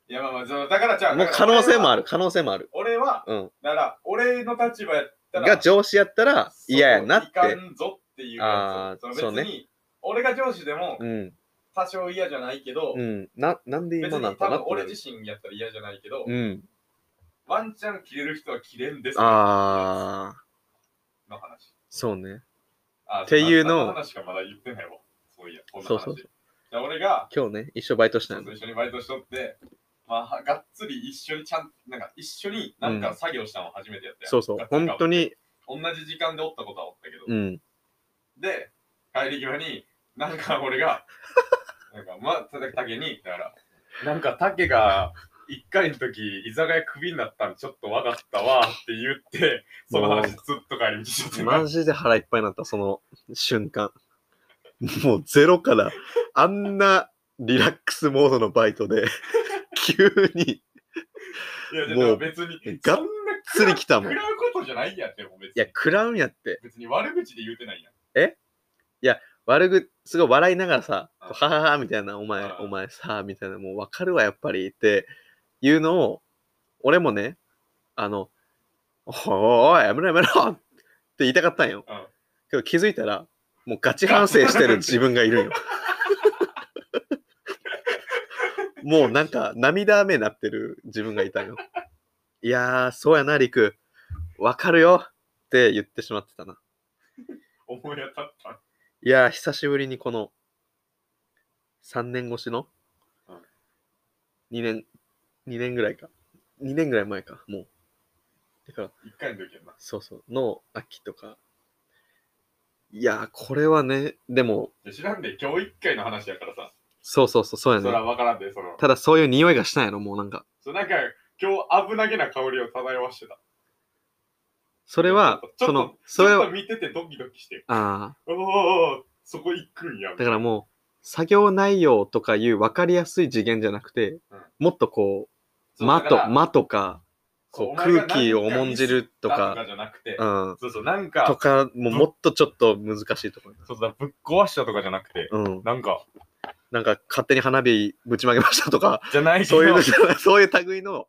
[SPEAKER 2] いやまあまあ、そうだからじゃあ、
[SPEAKER 1] もう可能性もあ
[SPEAKER 2] る。
[SPEAKER 1] る、可能性もある。
[SPEAKER 2] 俺は、
[SPEAKER 1] うん。
[SPEAKER 2] だから俺の立場やったら、
[SPEAKER 1] が上司やったら嫌やなっ
[SPEAKER 2] そうい
[SPEAKER 1] て。
[SPEAKER 2] かんぞっていう
[SPEAKER 1] あ
[SPEAKER 2] や
[SPEAKER 1] ー
[SPEAKER 2] つ。その
[SPEAKER 1] そうね
[SPEAKER 2] 別に、俺が上司でも
[SPEAKER 1] うん。
[SPEAKER 2] 多少嫌じゃないけど、
[SPEAKER 1] うん。な、なんで
[SPEAKER 2] 別
[SPEAKER 1] 今
[SPEAKER 2] に
[SPEAKER 1] なん
[SPEAKER 2] 多
[SPEAKER 1] かなっ
[SPEAKER 2] 分
[SPEAKER 1] てな
[SPEAKER 2] 俺
[SPEAKER 1] る。
[SPEAKER 2] 自身やったら嫌じゃないけど、
[SPEAKER 1] うん。
[SPEAKER 2] ワンチャン切れる人は切れんですよ
[SPEAKER 1] ああ、
[SPEAKER 2] の話。
[SPEAKER 1] そうね。
[SPEAKER 2] あー
[SPEAKER 1] っていうのを
[SPEAKER 2] あの話しかまだ言ってないわ。そういや、こんな
[SPEAKER 1] そう
[SPEAKER 2] 話。
[SPEAKER 1] そうそう
[SPEAKER 2] じゃあ俺が、
[SPEAKER 1] 今日ね、一緒バイトした
[SPEAKER 2] そ
[SPEAKER 1] の
[SPEAKER 2] うそう一緒にバイトしとって、まあ、がっつり一緒にちゃん、なんか一緒になんか作業したの初めてやったやん
[SPEAKER 1] そうそう
[SPEAKER 2] がっ、つり
[SPEAKER 1] 本当に、
[SPEAKER 2] 同じ時間でおったことはおったけど、
[SPEAKER 1] うん、
[SPEAKER 2] で、帰り際に、なんか俺が、 なんか、ま、たたけに、だから、なんかたけが、一回の時、居酒屋クビになったんちょっとわかったわって言って、その話ずっと帰り道しとって
[SPEAKER 1] マジで腹いっぱいになった、その瞬間。もうゼロから、あんなリラックスモードのバイト で、急に
[SPEAKER 2] いや、じゃあ
[SPEAKER 1] もう
[SPEAKER 2] でも別に、
[SPEAKER 1] がっ
[SPEAKER 2] そんな
[SPEAKER 1] 釣り来たもん。
[SPEAKER 2] 食
[SPEAKER 1] い
[SPEAKER 2] らうことじゃないやって、もう別に
[SPEAKER 1] や、食らうんやって。
[SPEAKER 2] 別に悪口で言うてないやん。
[SPEAKER 1] いや、悪ぐ、すごい笑いながらさ、
[SPEAKER 2] うん
[SPEAKER 1] こうはははみたいな、お前
[SPEAKER 2] うん、
[SPEAKER 1] お前さ、みたいな、もうわかるわ、やっぱりっていうのを、俺もね、あの、おいおいおい、やめろやめろって言いたかったんよ。
[SPEAKER 2] うん
[SPEAKER 1] けど気づいたら、もうガチ反省して る自分がいるんよ。もうなんか涙目になってる自分がいたんよ。いやー、そうやな、りく。わかるよって言ってしまってたな。
[SPEAKER 2] 思い当たった。
[SPEAKER 1] いやー、久しぶりにこの3年越しの
[SPEAKER 2] うん
[SPEAKER 1] 2年、2年ぐらいか。2年ぐらい前か、もう。だから、
[SPEAKER 2] 一回の時やな。
[SPEAKER 1] そうそう、の秋とか。いやー、これはね、でも、
[SPEAKER 2] で知らんで、今日一回の話やからさ。
[SPEAKER 1] そうそうそう、そうや
[SPEAKER 2] そら
[SPEAKER 1] ね。
[SPEAKER 2] 分からんで、その。
[SPEAKER 1] ただそういう匂いがしたんやろ、もうなんか。
[SPEAKER 2] そうなんか、今日危なげな香りを漂わしてた。
[SPEAKER 1] それは
[SPEAKER 2] ちょっ、と
[SPEAKER 1] その、
[SPEAKER 2] ち
[SPEAKER 1] それ
[SPEAKER 2] ょっと
[SPEAKER 1] は、
[SPEAKER 2] 見ててドキドキして。
[SPEAKER 1] ああ、
[SPEAKER 2] おーおーおー、そこ行くんや。
[SPEAKER 1] だからもう、作業内容とかいう分かりやすい次元じゃなくて、
[SPEAKER 2] うん
[SPEAKER 1] もっとこう、
[SPEAKER 2] そう
[SPEAKER 1] 間
[SPEAKER 2] だか
[SPEAKER 1] と、
[SPEAKER 2] ら
[SPEAKER 1] 間とか、
[SPEAKER 2] そう
[SPEAKER 1] こう
[SPEAKER 2] お前が
[SPEAKER 1] 空気を重んじると
[SPEAKER 2] 何
[SPEAKER 1] か
[SPEAKER 2] ミスったとかじゃなくて、
[SPEAKER 1] うん、
[SPEAKER 2] そうそう、なん
[SPEAKER 1] と
[SPEAKER 2] か、
[SPEAKER 1] かももっとちょっと難しいところ。
[SPEAKER 2] そうだ、ぶっ壊したとかじゃなくて、
[SPEAKER 1] うん、
[SPEAKER 2] な んか、
[SPEAKER 1] なんか勝手に花火ぶちまけましたとか、
[SPEAKER 2] じゃないけど
[SPEAKER 1] そういうのじゃないそういう類の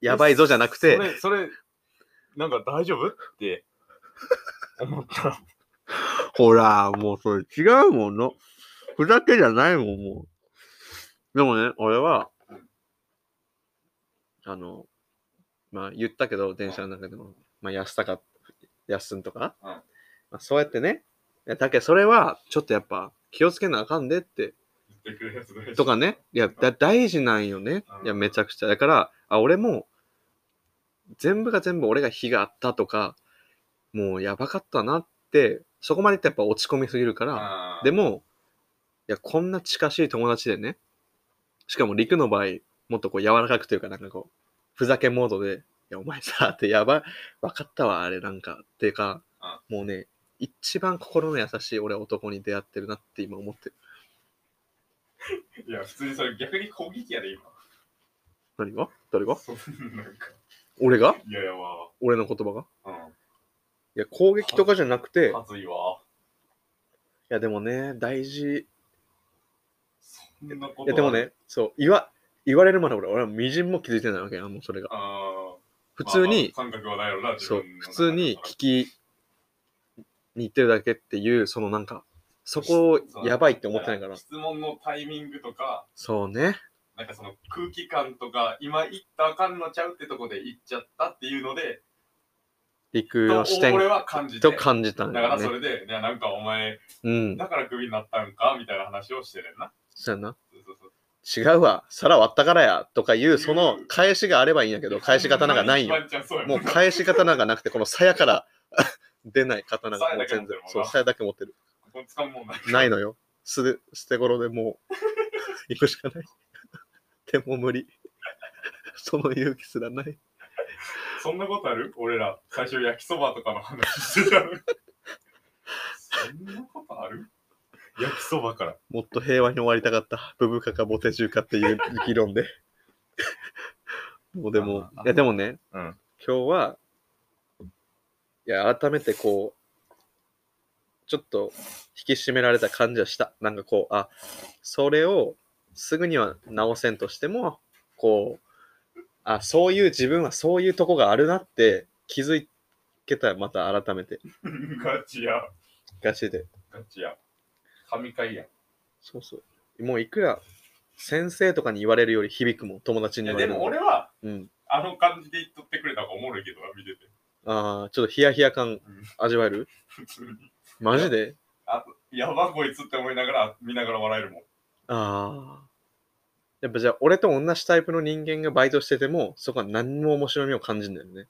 [SPEAKER 1] やばいぞじゃなく
[SPEAKER 2] そ
[SPEAKER 1] て、
[SPEAKER 2] れ、それ、なんか大丈夫って思った。
[SPEAKER 1] ほら、もうそれ違うもの。ふざけじゃないもん、もう。でもね、俺は、あの、まあ言ったけど、電車の中でも、まあ安さか、安んとか、
[SPEAKER 2] うん
[SPEAKER 1] まあ、そうやってね、いやだけどそれはちょっとやっぱ気をつけなあかんでって
[SPEAKER 2] 言ってくれるやつ大丈夫
[SPEAKER 1] とかね。いや、だ大事なんよね。いや、めちゃくちゃ。だから、あ、俺も、全部が全部俺が非があったとか、もうやばかったなって、そこまでってやっぱ落ち込みすぎるから、
[SPEAKER 2] あー
[SPEAKER 1] でも、いや、こんな近しい友達でね、しかも陸の場合、もっとこう柔らかくというか、なんかこう、ふざけモードで、いや、お前さ、ってやばい、わかったわ、あれなんか、っていうか、もうね、一番心の優しい俺は男に出会ってるなって今思ってる。
[SPEAKER 2] いや、普通にそれ逆に攻撃やで、今。
[SPEAKER 1] 何が誰が
[SPEAKER 2] そうなんか、
[SPEAKER 1] 俺が
[SPEAKER 2] いやいやわ
[SPEAKER 1] 俺の言葉が
[SPEAKER 2] ー。
[SPEAKER 1] いや、攻撃とかじゃなくて、
[SPEAKER 2] う
[SPEAKER 1] い
[SPEAKER 2] ん。はずいわ。
[SPEAKER 1] や、でもね、大事。
[SPEAKER 2] そんなこと。
[SPEAKER 1] いや、でも。ね、そう、言わ、言われるまで俺、俺は微塵も気づいてないわけやん、もうそれが。
[SPEAKER 2] あー
[SPEAKER 1] 普通に、
[SPEAKER 2] まあまあ感覚はないよな、自
[SPEAKER 1] そう
[SPEAKER 2] 分の、中
[SPEAKER 1] 普
[SPEAKER 2] で
[SPEAKER 1] 通に聞きに行ってるだけっていう、そのなんか、そこをやばいって思ってないから。
[SPEAKER 2] 質問のタイミングとか、
[SPEAKER 1] そうね。
[SPEAKER 2] なんかその空気感とか、今行ったらあかんのちゃうってとこで行っちゃったっていうので、
[SPEAKER 1] 陸
[SPEAKER 2] と
[SPEAKER 1] の視点
[SPEAKER 2] 俺は感じて
[SPEAKER 1] と。感じた
[SPEAKER 2] だ
[SPEAKER 1] ん
[SPEAKER 2] か
[SPEAKER 1] だよ
[SPEAKER 2] らそ
[SPEAKER 1] ね。
[SPEAKER 2] れで、いやなんかお前、
[SPEAKER 1] うん。
[SPEAKER 2] だからクビになったんかみたいな話をしてるな。
[SPEAKER 1] そうやな。
[SPEAKER 2] そうそうそう
[SPEAKER 1] 違うわ、皿割ったからや、とかいう、その返しがあればいいんやけど、返し方なんかないんよ。
[SPEAKER 2] ワンチャンそうや
[SPEAKER 1] もう
[SPEAKER 2] な
[SPEAKER 1] 返し刀がなくて、この鞘から 出ない刀がもう全
[SPEAKER 2] 鞘だけ持って
[SPEAKER 1] 然
[SPEAKER 2] るもん、
[SPEAKER 1] そ
[SPEAKER 2] な
[SPEAKER 1] う、鞘だけ持ってる。
[SPEAKER 2] ここ使うもんない。
[SPEAKER 1] ないのよ。すで、捨て頃でもう、行くしかない。でも無理。その勇気すらない。
[SPEAKER 2] そんなことある俺ら、最初焼きそばとかの話してたの にそんなことある焼きそばから。
[SPEAKER 1] もっと平和に終わりたかった。ブブカかボテ中かって いう議論で。もうでも
[SPEAKER 2] あまあ、
[SPEAKER 1] いやでもね、
[SPEAKER 2] うん
[SPEAKER 1] 今日は、いや、改めてこう、ちょっと引き締められた感じはした。なんかこう、あ、それをすぐには直せんとしても、こう、あ、そういう自分はそういうとこがあるなって気づけたらまた改めて、
[SPEAKER 2] ガチや。
[SPEAKER 1] ガチで。
[SPEAKER 2] ガチや。神回や。
[SPEAKER 1] そうそう。もういくら先生とかに言われるより響くもん、友達
[SPEAKER 2] い
[SPEAKER 1] に
[SPEAKER 2] や、
[SPEAKER 1] 言われる
[SPEAKER 2] でも
[SPEAKER 1] の。
[SPEAKER 2] 俺は、
[SPEAKER 1] うん。
[SPEAKER 2] あの感じで言っとってくれた方がおもろいけどな、見て て。
[SPEAKER 1] ああ、ちょっとヒヤヒヤ感味わえる
[SPEAKER 2] 普通に。
[SPEAKER 1] マジで
[SPEAKER 2] あやばこいつって思いながら、見ながら笑えるもん。
[SPEAKER 1] ああ。やっぱじゃあ、俺と同じタイプの人間がバイトしてても、そこは何も面白みを感じるんだよね。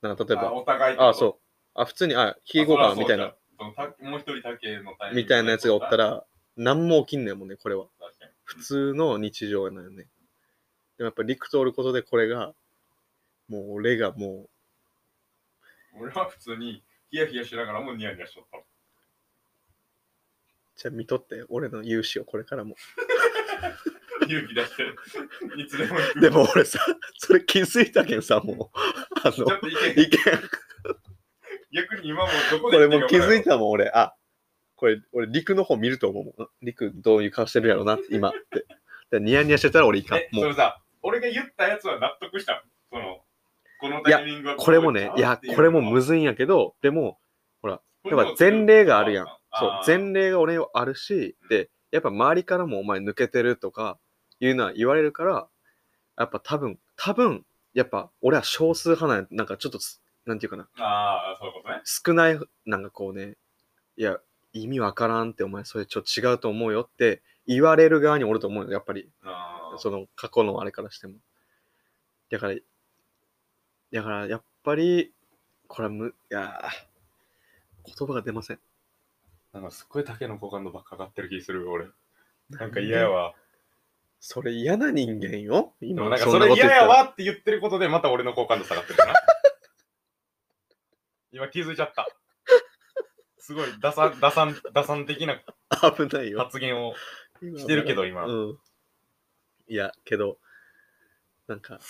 [SPEAKER 1] なんか例え
[SPEAKER 2] あ
[SPEAKER 1] ば、
[SPEAKER 2] お互い
[SPEAKER 1] ああ、
[SPEAKER 2] う。
[SPEAKER 1] そう。あ、普通に、あ、ヒゲゴかみたいな、
[SPEAKER 2] そらそうじゃん。そのたもう一人だけのタイミング
[SPEAKER 1] みたいなやつがおった
[SPEAKER 2] ら。
[SPEAKER 1] ら、何も起きんねんもんね、これは。
[SPEAKER 2] 確かに
[SPEAKER 1] 普通の日常なんよね。でもやっぱ陸とおることでこれが、もう俺がもう、
[SPEAKER 2] 俺は普通に、ヒヤヒヤしながらもニヤニヤしとったもん。
[SPEAKER 1] じゃあ見とって、俺の勇姿をこれからも。
[SPEAKER 2] 勇気出して、 いつでも行く。
[SPEAKER 1] でも俺さ、それ気づいたけんさ、もう、あ
[SPEAKER 2] ち ょ
[SPEAKER 1] の、
[SPEAKER 2] っといけへん
[SPEAKER 1] いけん。
[SPEAKER 2] 逆に今もうどこ
[SPEAKER 1] こ
[SPEAKER 2] で
[SPEAKER 1] れもう気づい
[SPEAKER 2] た
[SPEAKER 1] たもん、俺。あ、これ、俺、陸の方見ると思うもん。陸、どういう顔してるやろうな、今って。でニヤニヤしてたら俺いかん
[SPEAKER 2] え。そ
[SPEAKER 1] もう、
[SPEAKER 2] れさ、俺が言ったやつは納得したのその、この
[SPEAKER 1] いや
[SPEAKER 2] タイミングは
[SPEAKER 1] これもね、いや、これもむ
[SPEAKER 2] ず
[SPEAKER 1] ずいんやけど、でも、
[SPEAKER 2] や
[SPEAKER 1] やっぱ前例があるやん。そう、
[SPEAKER 2] 例。
[SPEAKER 1] 前例が俺はあるし、で、やっぱ周りからもお前抜けてるとかいうのは言われるから、やっぱ多分、多分、やっぱ俺は少数派なんやなんかちょっとつ、なんていうかな、
[SPEAKER 2] あーあー、そういうことね。
[SPEAKER 1] 少ない、なんかこうね、いや、意味わからんって、お前それちょっと違うと思うよって言われる側におると思うよ、やっぱり。
[SPEAKER 2] あー
[SPEAKER 1] その過去のあれからしても。だから、だからやっぱり、これはむ、いやー言葉が出ません。
[SPEAKER 2] なんかすっごい竹の好感度ばっか上がってる気する俺。なんか嫌やわ。
[SPEAKER 1] それ嫌な人間よ。
[SPEAKER 2] で
[SPEAKER 1] 今
[SPEAKER 2] もなんか
[SPEAKER 1] ん
[SPEAKER 2] そ
[SPEAKER 1] な
[SPEAKER 2] れ
[SPEAKER 1] こと言
[SPEAKER 2] 嫌
[SPEAKER 1] った
[SPEAKER 2] や
[SPEAKER 1] ら
[SPEAKER 2] わって言ってることでまた俺の好感度下がってるかな。 今気づいちゃった。すごい打算、打算、打算的な
[SPEAKER 1] 危ないよ。
[SPEAKER 2] 発言をしてるけど今。
[SPEAKER 1] うん。いや、けど、なんか、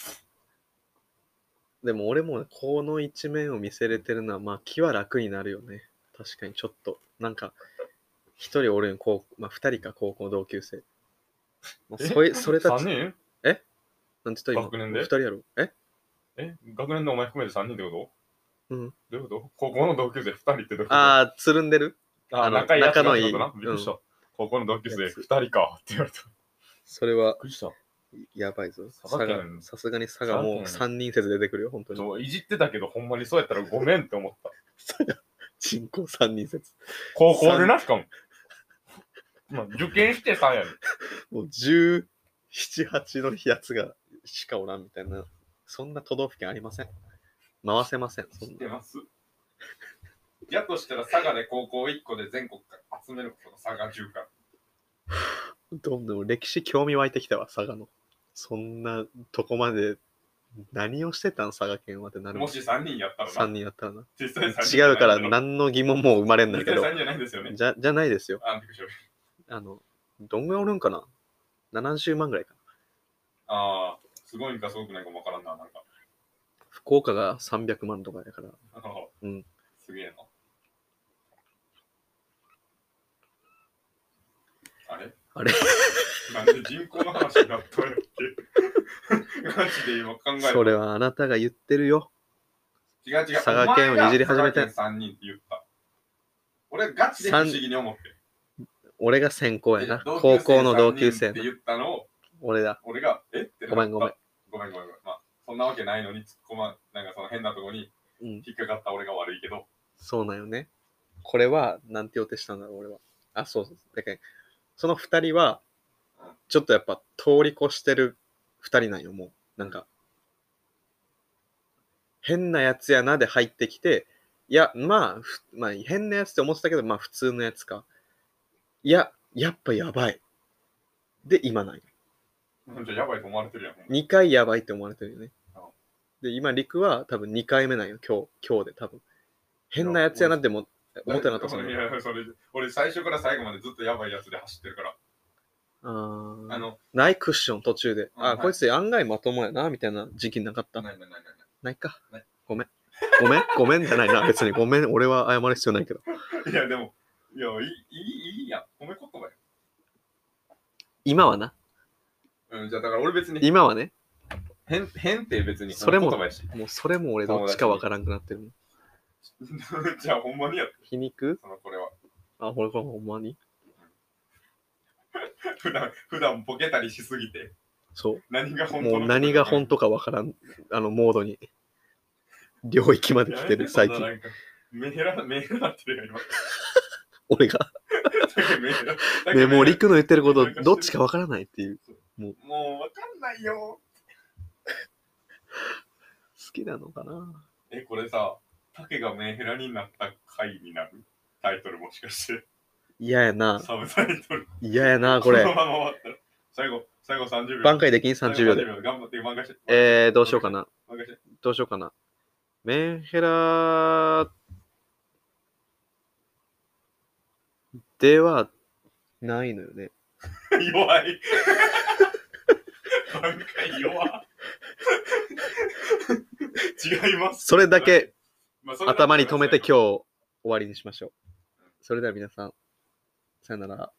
[SPEAKER 1] でも俺もこの一面を見せれてるのは、まあ気は楽になるよね。確かにちょっと、なんか、一人俺の高まあ二人か高校同級生。まあ、
[SPEAKER 2] え
[SPEAKER 1] それ、それたち、
[SPEAKER 2] 3人
[SPEAKER 1] なんて言った
[SPEAKER 2] 学
[SPEAKER 1] 今、
[SPEAKER 2] 年で
[SPEAKER 1] 二人やろ。え
[SPEAKER 2] え学年のお前含めて3人ってこと
[SPEAKER 1] うん。
[SPEAKER 2] どういうこと高校の同級生2人ってどういうこと
[SPEAKER 1] ああ、つるんでる
[SPEAKER 2] あ
[SPEAKER 1] あの
[SPEAKER 2] 仲いいやつが
[SPEAKER 1] 仲
[SPEAKER 2] っ
[SPEAKER 1] のいい
[SPEAKER 2] てことな。びっくりした。高校の同級生2人かって言われた。びっ
[SPEAKER 1] それは
[SPEAKER 2] くりした。
[SPEAKER 1] やばいぞ。
[SPEAKER 2] 佐賀県
[SPEAKER 1] 佐賀さすがに佐賀もう
[SPEAKER 2] 佐賀
[SPEAKER 1] 3
[SPEAKER 2] 県
[SPEAKER 1] 人説出てくるよ、本当に。
[SPEAKER 2] そういじってたけど、ほんまにそうやったらごめんって思った。
[SPEAKER 1] 人口三人説
[SPEAKER 2] 高校でな、しかも。まあ、受験して3やね
[SPEAKER 1] もう17、8のやつがしかおらんみたいな、そんな都道府県ありません。回せません。そんな
[SPEAKER 2] ます。やとしたら佐賀で高校1個で全国から集めることが佐賀中間。
[SPEAKER 1] どんどん歴史興味湧いてきたわ、佐賀の。そんなとこまで何をしてたん、佐賀県はってなる
[SPEAKER 2] もし3人やったら
[SPEAKER 1] 3
[SPEAKER 2] な。
[SPEAKER 1] 人やったらな。
[SPEAKER 2] 実際3人。
[SPEAKER 1] 違うから何の疑問も生まれんだ
[SPEAKER 2] 実
[SPEAKER 1] けど
[SPEAKER 2] 際3。人じゃないんですよね。
[SPEAKER 1] じゃじゃないですよ。
[SPEAKER 2] あ、びっくりした。
[SPEAKER 1] あの、どんぐらいおるんかな ?70 万ぐらいかな。
[SPEAKER 2] ああ、すごいんかすごくないかもわからんな、なんか。
[SPEAKER 1] 福岡が300万とかやから。
[SPEAKER 2] あの
[SPEAKER 1] うん。
[SPEAKER 2] すげえな。あれ
[SPEAKER 1] あれ
[SPEAKER 2] なんで人口の話になったんやっけガチで今考えた
[SPEAKER 1] それはあなたが言ってるよ。
[SPEAKER 2] 違う違う。
[SPEAKER 1] 佐賀県をいじり始めて
[SPEAKER 2] 3人って言った。俺ガチで不思議に思って。
[SPEAKER 1] 俺が先行やな。
[SPEAKER 2] 同級
[SPEAKER 1] 高
[SPEAKER 2] 生
[SPEAKER 1] 校の同級
[SPEAKER 2] 三
[SPEAKER 1] 生
[SPEAKER 2] 人って
[SPEAKER 1] な。
[SPEAKER 2] 言ったのを、
[SPEAKER 1] 俺だ。
[SPEAKER 2] 俺が、えってなった
[SPEAKER 1] ごめんごめん。
[SPEAKER 2] ごめんごめんごめん。まあ、そんなわけないのに突っ込ま、なんかその変なとこに
[SPEAKER 1] うん。
[SPEAKER 2] 引っかかった俺が悪いけど。
[SPEAKER 1] そうなんよね。これは、なんて予定したんだろう、俺は。あ、そうそう。だけどその二人は、ちょっとやっぱ通り越してる二人なんよ、もう。なんか、変なやつやなで入ってきて、いや、まあ、ふまあ、変なやつって思ってたけど、まあ、普通のやつか。いや、やっぱやばい。で、今ない。
[SPEAKER 2] うんじゃあやばいと思われてるやん。ほんま
[SPEAKER 1] 2回やばいって思われてるよね
[SPEAKER 2] あ。
[SPEAKER 1] で、今、陸は多分2回目なんよ、今日、今日で多分。変なやつやなっても思ってなかったその
[SPEAKER 2] いやいやそれ俺最初から最後までずっとやばいやつで走ってるから、あ
[SPEAKER 1] あー
[SPEAKER 2] の
[SPEAKER 1] ないクッション途中で、
[SPEAKER 2] うん
[SPEAKER 1] あ、
[SPEAKER 2] はい
[SPEAKER 1] こいつ案外まともやな、みたいな時期なかった。
[SPEAKER 2] ないないないない
[SPEAKER 1] ないか
[SPEAKER 2] ない。
[SPEAKER 1] ごめん。ごめん、 ごめんじゃないな、別に。ごめん、俺は謝る必要ないけど。
[SPEAKER 2] ないいやでもいやいいいいいいやん褒め言葉
[SPEAKER 1] 今はな、
[SPEAKER 2] やうんじゃあだから俺別に
[SPEAKER 1] 今はね、
[SPEAKER 2] 変変って別に
[SPEAKER 1] それも
[SPEAKER 2] 褒め言葉やし
[SPEAKER 1] もうそれも俺どっちかわからんくなってるもん。
[SPEAKER 2] じゃあほんまにやって
[SPEAKER 1] 皮肉
[SPEAKER 2] そのこれは
[SPEAKER 1] あ、これこれほんまに
[SPEAKER 2] 普段普段ボケたりしすぎて
[SPEAKER 1] そ
[SPEAKER 2] 何が
[SPEAKER 1] う。
[SPEAKER 2] 本当
[SPEAKER 1] もう何が本当かわからん、あの、モードに。領域まで来てる、最近。
[SPEAKER 2] メヘラメヘラなってるやん 今
[SPEAKER 1] 俺が。
[SPEAKER 2] メヘラ
[SPEAKER 1] ね、もう陸の言ってること、どっちかわからないっていう。
[SPEAKER 2] もうわかんないよ
[SPEAKER 1] 好きなのかな
[SPEAKER 2] えこれさ竹がメヘラになった回になるタイトルもしかして
[SPEAKER 1] 嫌やな。
[SPEAKER 2] サブタイトル。
[SPEAKER 1] 嫌やな、これ
[SPEAKER 2] その。まま終わったら。最後、最後30秒。
[SPEAKER 1] 挽回できん
[SPEAKER 2] 最後
[SPEAKER 1] ?30 秒で。。
[SPEAKER 2] 頑張って、漫画して。
[SPEAKER 1] えー、どうしようかな。
[SPEAKER 2] 漫画して。
[SPEAKER 1] どうしようかな。メンヘラではないのよね。
[SPEAKER 2] 弱い。挽回 弱。違います。
[SPEAKER 1] それだけ
[SPEAKER 2] まあ
[SPEAKER 1] 頭に留めて今日終わりにしましょう。それでは皆さん、さよなら。